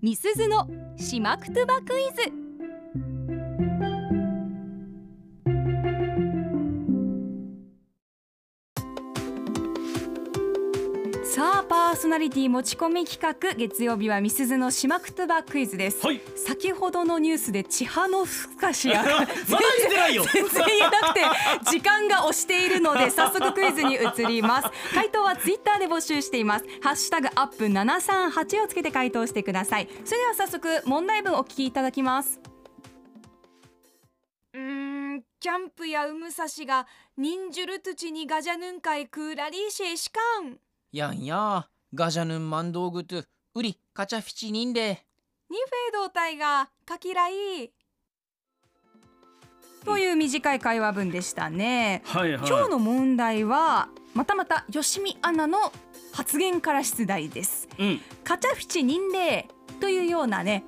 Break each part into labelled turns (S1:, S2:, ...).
S1: みすずのしまくとばクイズさあパーソナリティ持ち込み企画月曜日はみすずのしまくとばクイズです、
S2: はい
S1: 先ほどのニュースで千葉のふかしや
S2: まだ言ってないよ
S1: 全然言えなくて時間が押している ので早速クイズに移ります回答はツイッターで募集していますハッシュタグアップ738をつけて回答してくださいそれでは早速問題文お聞きいただきますうーんキャンプやうむさしが忍じゅる土にガジャヌンカイクーラリーシェシカン
S3: やんやガジャヌンマンドーグトゥウリカチャフィチニンデ
S1: ニフェイドタイガーカキライという短い会話文でしたね、
S2: はいはい
S1: 今日の問題はまたまた吉見アナの発言から出題です
S2: うん
S1: カチャフィチ任令というようなね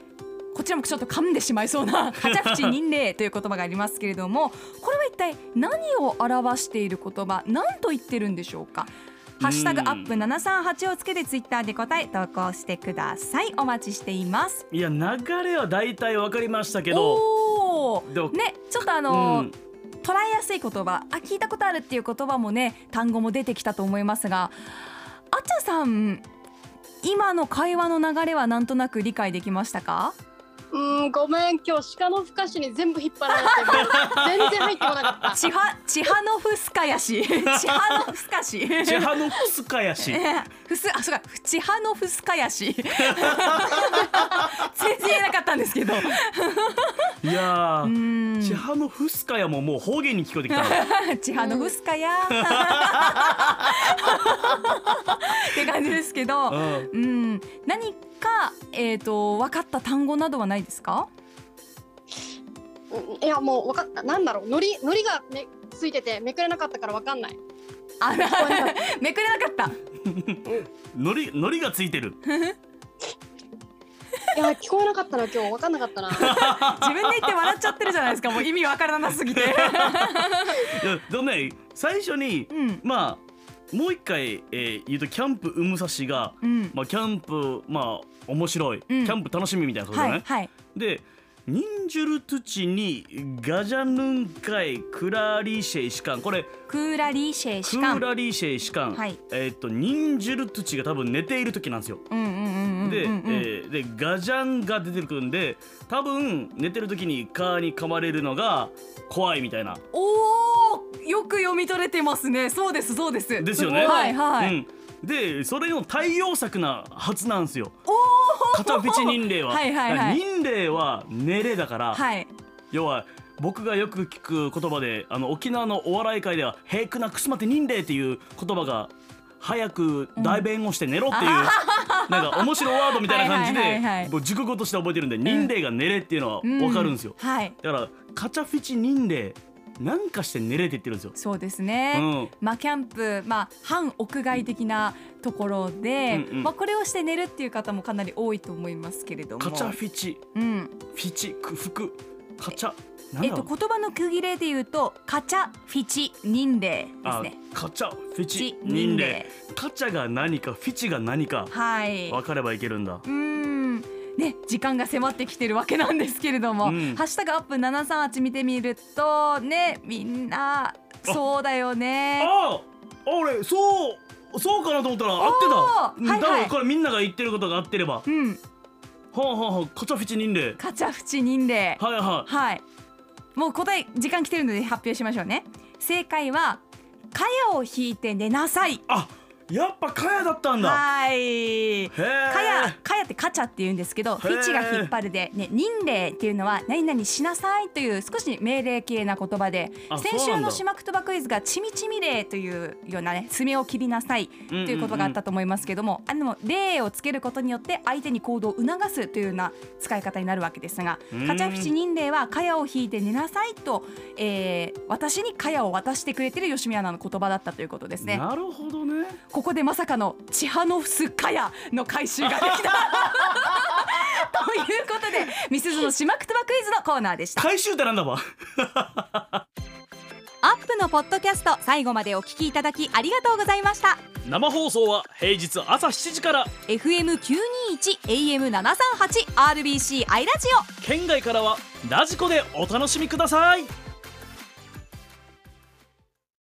S1: こちらもちょっと噛んでしまいそうなカチャフィチ任令という言葉がありますけれどもこれは一体何を表している言葉何と言ってるんでしょうかハッシュタグアップ738をつけてツイッターで答え投稿してくださいお待ちしています
S2: いや流れは大体わかりましたけど
S1: おー
S2: でも
S1: ねちょっとあのー
S2: うん
S1: 捉えやすい言葉あ聞いたことあるっていう言葉もね単語も出てきたと思いますがあちゃさん今の会話の流れはなんとなく理解できましたか
S4: うーん、ごめん、今日鹿のふかしに全部引っ張られてる、全然入ってこなかった。
S1: チハチハノフスカヤシ チハノフスカシ
S2: チェハノフスカ ヤシ
S1: ふすあそうかチハノフスカヤ シ全然言えなかったんですけどう
S2: いやー
S1: ーん
S2: チェハノフスカヤももう方言に聞こえてきたな
S1: チハノフス カヤって感じですけど、
S2: うん
S1: うん、何か、えー、と分かった単語などはないですか
S4: うんいや、もう、わかった、なんだろう、のり、のりが、ね、ついてて、めくれなかったから、わかんない。
S1: あらめくれなかった
S2: のりのりがついてる
S4: いや、聞こえなかったな、今日、わかんなかったな。
S1: 自分で言って笑っちゃってるじゃないですかもう意味わからなす ぎて、
S2: いやでもね最初に
S1: うん
S2: まあもう一回、えー言うとキャンプうむさしが、
S1: うん
S2: まあ、キャンプまあ面白い、
S1: うん
S2: キャンプ楽しみみたいなことだよ
S1: は
S2: ね、
S1: いはい
S2: でニンジュル土にガジャヌンカイクラリシェイシカンこれ
S1: クーラリーシェイ
S2: ク
S1: シカン
S2: ラリシェイシカン、
S1: はい
S2: えーっとニンジュル土が多分寝ている時なんですよ
S1: うんうんうんうんうんうん
S2: で、えーでガジャンが出てくるんで多分寝てる時に蚊に噛まれるのが怖いみたいな
S1: おーよく読み取れてますねそうですそうです
S2: ですよね
S1: はいはい、
S2: うん、でそれの対応策なはずなんで すよ
S1: おー
S2: カチャフィチ忍令は
S1: はいはいはい
S2: 忍令は寝れだから、
S1: はい
S2: 要は僕がよく聞く言葉であの沖縄のお笑い界では「へいくなくすまて忍令」っていう言葉が早く代弁をして寝ろっていう、なんか面白ワードみたいな感じ
S1: はいはいはいは
S2: で
S1: い
S2: もう熟語として覚えてるんで忍令が寝れっていうのは
S1: う
S2: 分かるんですよ、
S1: はい
S2: だからカチャフィチ忍令なんかして寝れって言ってるんですよ、
S1: そうですね、
S2: うん
S1: まあ、キャンプ、まあ、半屋外的なところで、
S2: うんうん
S1: まあ、これをして寝るっていう方もかなり多いと思いますけれども
S2: カチャフィチ
S1: うん
S2: フィチクフクカチャなん
S1: え
S2: だ
S1: っ
S2: ろ
S1: と、
S2: う、
S1: 言葉の区切れで言うとカチャフィチ忍令です
S2: あ
S1: ね。
S2: カチャフィチ
S1: チ
S2: 忍
S1: 忍
S2: 令
S1: 令
S2: カチャが何かフィチが何か
S1: はい
S2: 分かればいけるんだ
S1: うーんね、時間が迫ってきてるわけなんですけれども「
S2: うん
S1: ハッシュタグアップ #738」見てみるとねみんなそうだよね
S2: ああ俺そうそうかなと思ったら合ってたう
S1: は
S2: ん
S1: いはい
S2: 多分これみんなが言ってることが合ってればは
S1: うん
S2: あはあはあカチャフィチ忍令
S1: カチャフチ忍令
S2: はいは
S1: はい。もう答え時間来てるので発表しましょうね。正解は茅を引いて寝なさい。
S2: いあやっぱカヤだったんだ
S1: はい。
S2: へえ
S1: かやかやってカチャって言うんですけどフィチが引っ張るで、ね、任令っていうのは何々しなさいという少し命令系な言葉で
S2: あ
S1: 先
S2: そ
S1: 週
S2: うなんだ
S1: の「しまくとばクイズ」が「ちみちみ令」というようなね爪を切りなさいということがあったと思いますけども、あの例をつけることによって相手に行動を促すというような使い方になるわけですが
S2: うん
S1: カチャフィチ任令は「かやを引いて寝なさいと」えー私にかやを渡してくれてる吉見アナの言葉だったということですね。
S2: なるほどね
S1: ここでまさかのチハノフスカヤの回収ができ た。ということで、ミスズのしまくとばクイズのコーナーでした。
S2: 回収ってなんだわ
S1: アッププのポッドキャスト最後までお聞きいただきありがとうございました
S2: 生放送は平日朝7時から
S1: FM921 AM738 RBC アイラジオ
S2: 県外からはラジコでお楽しみください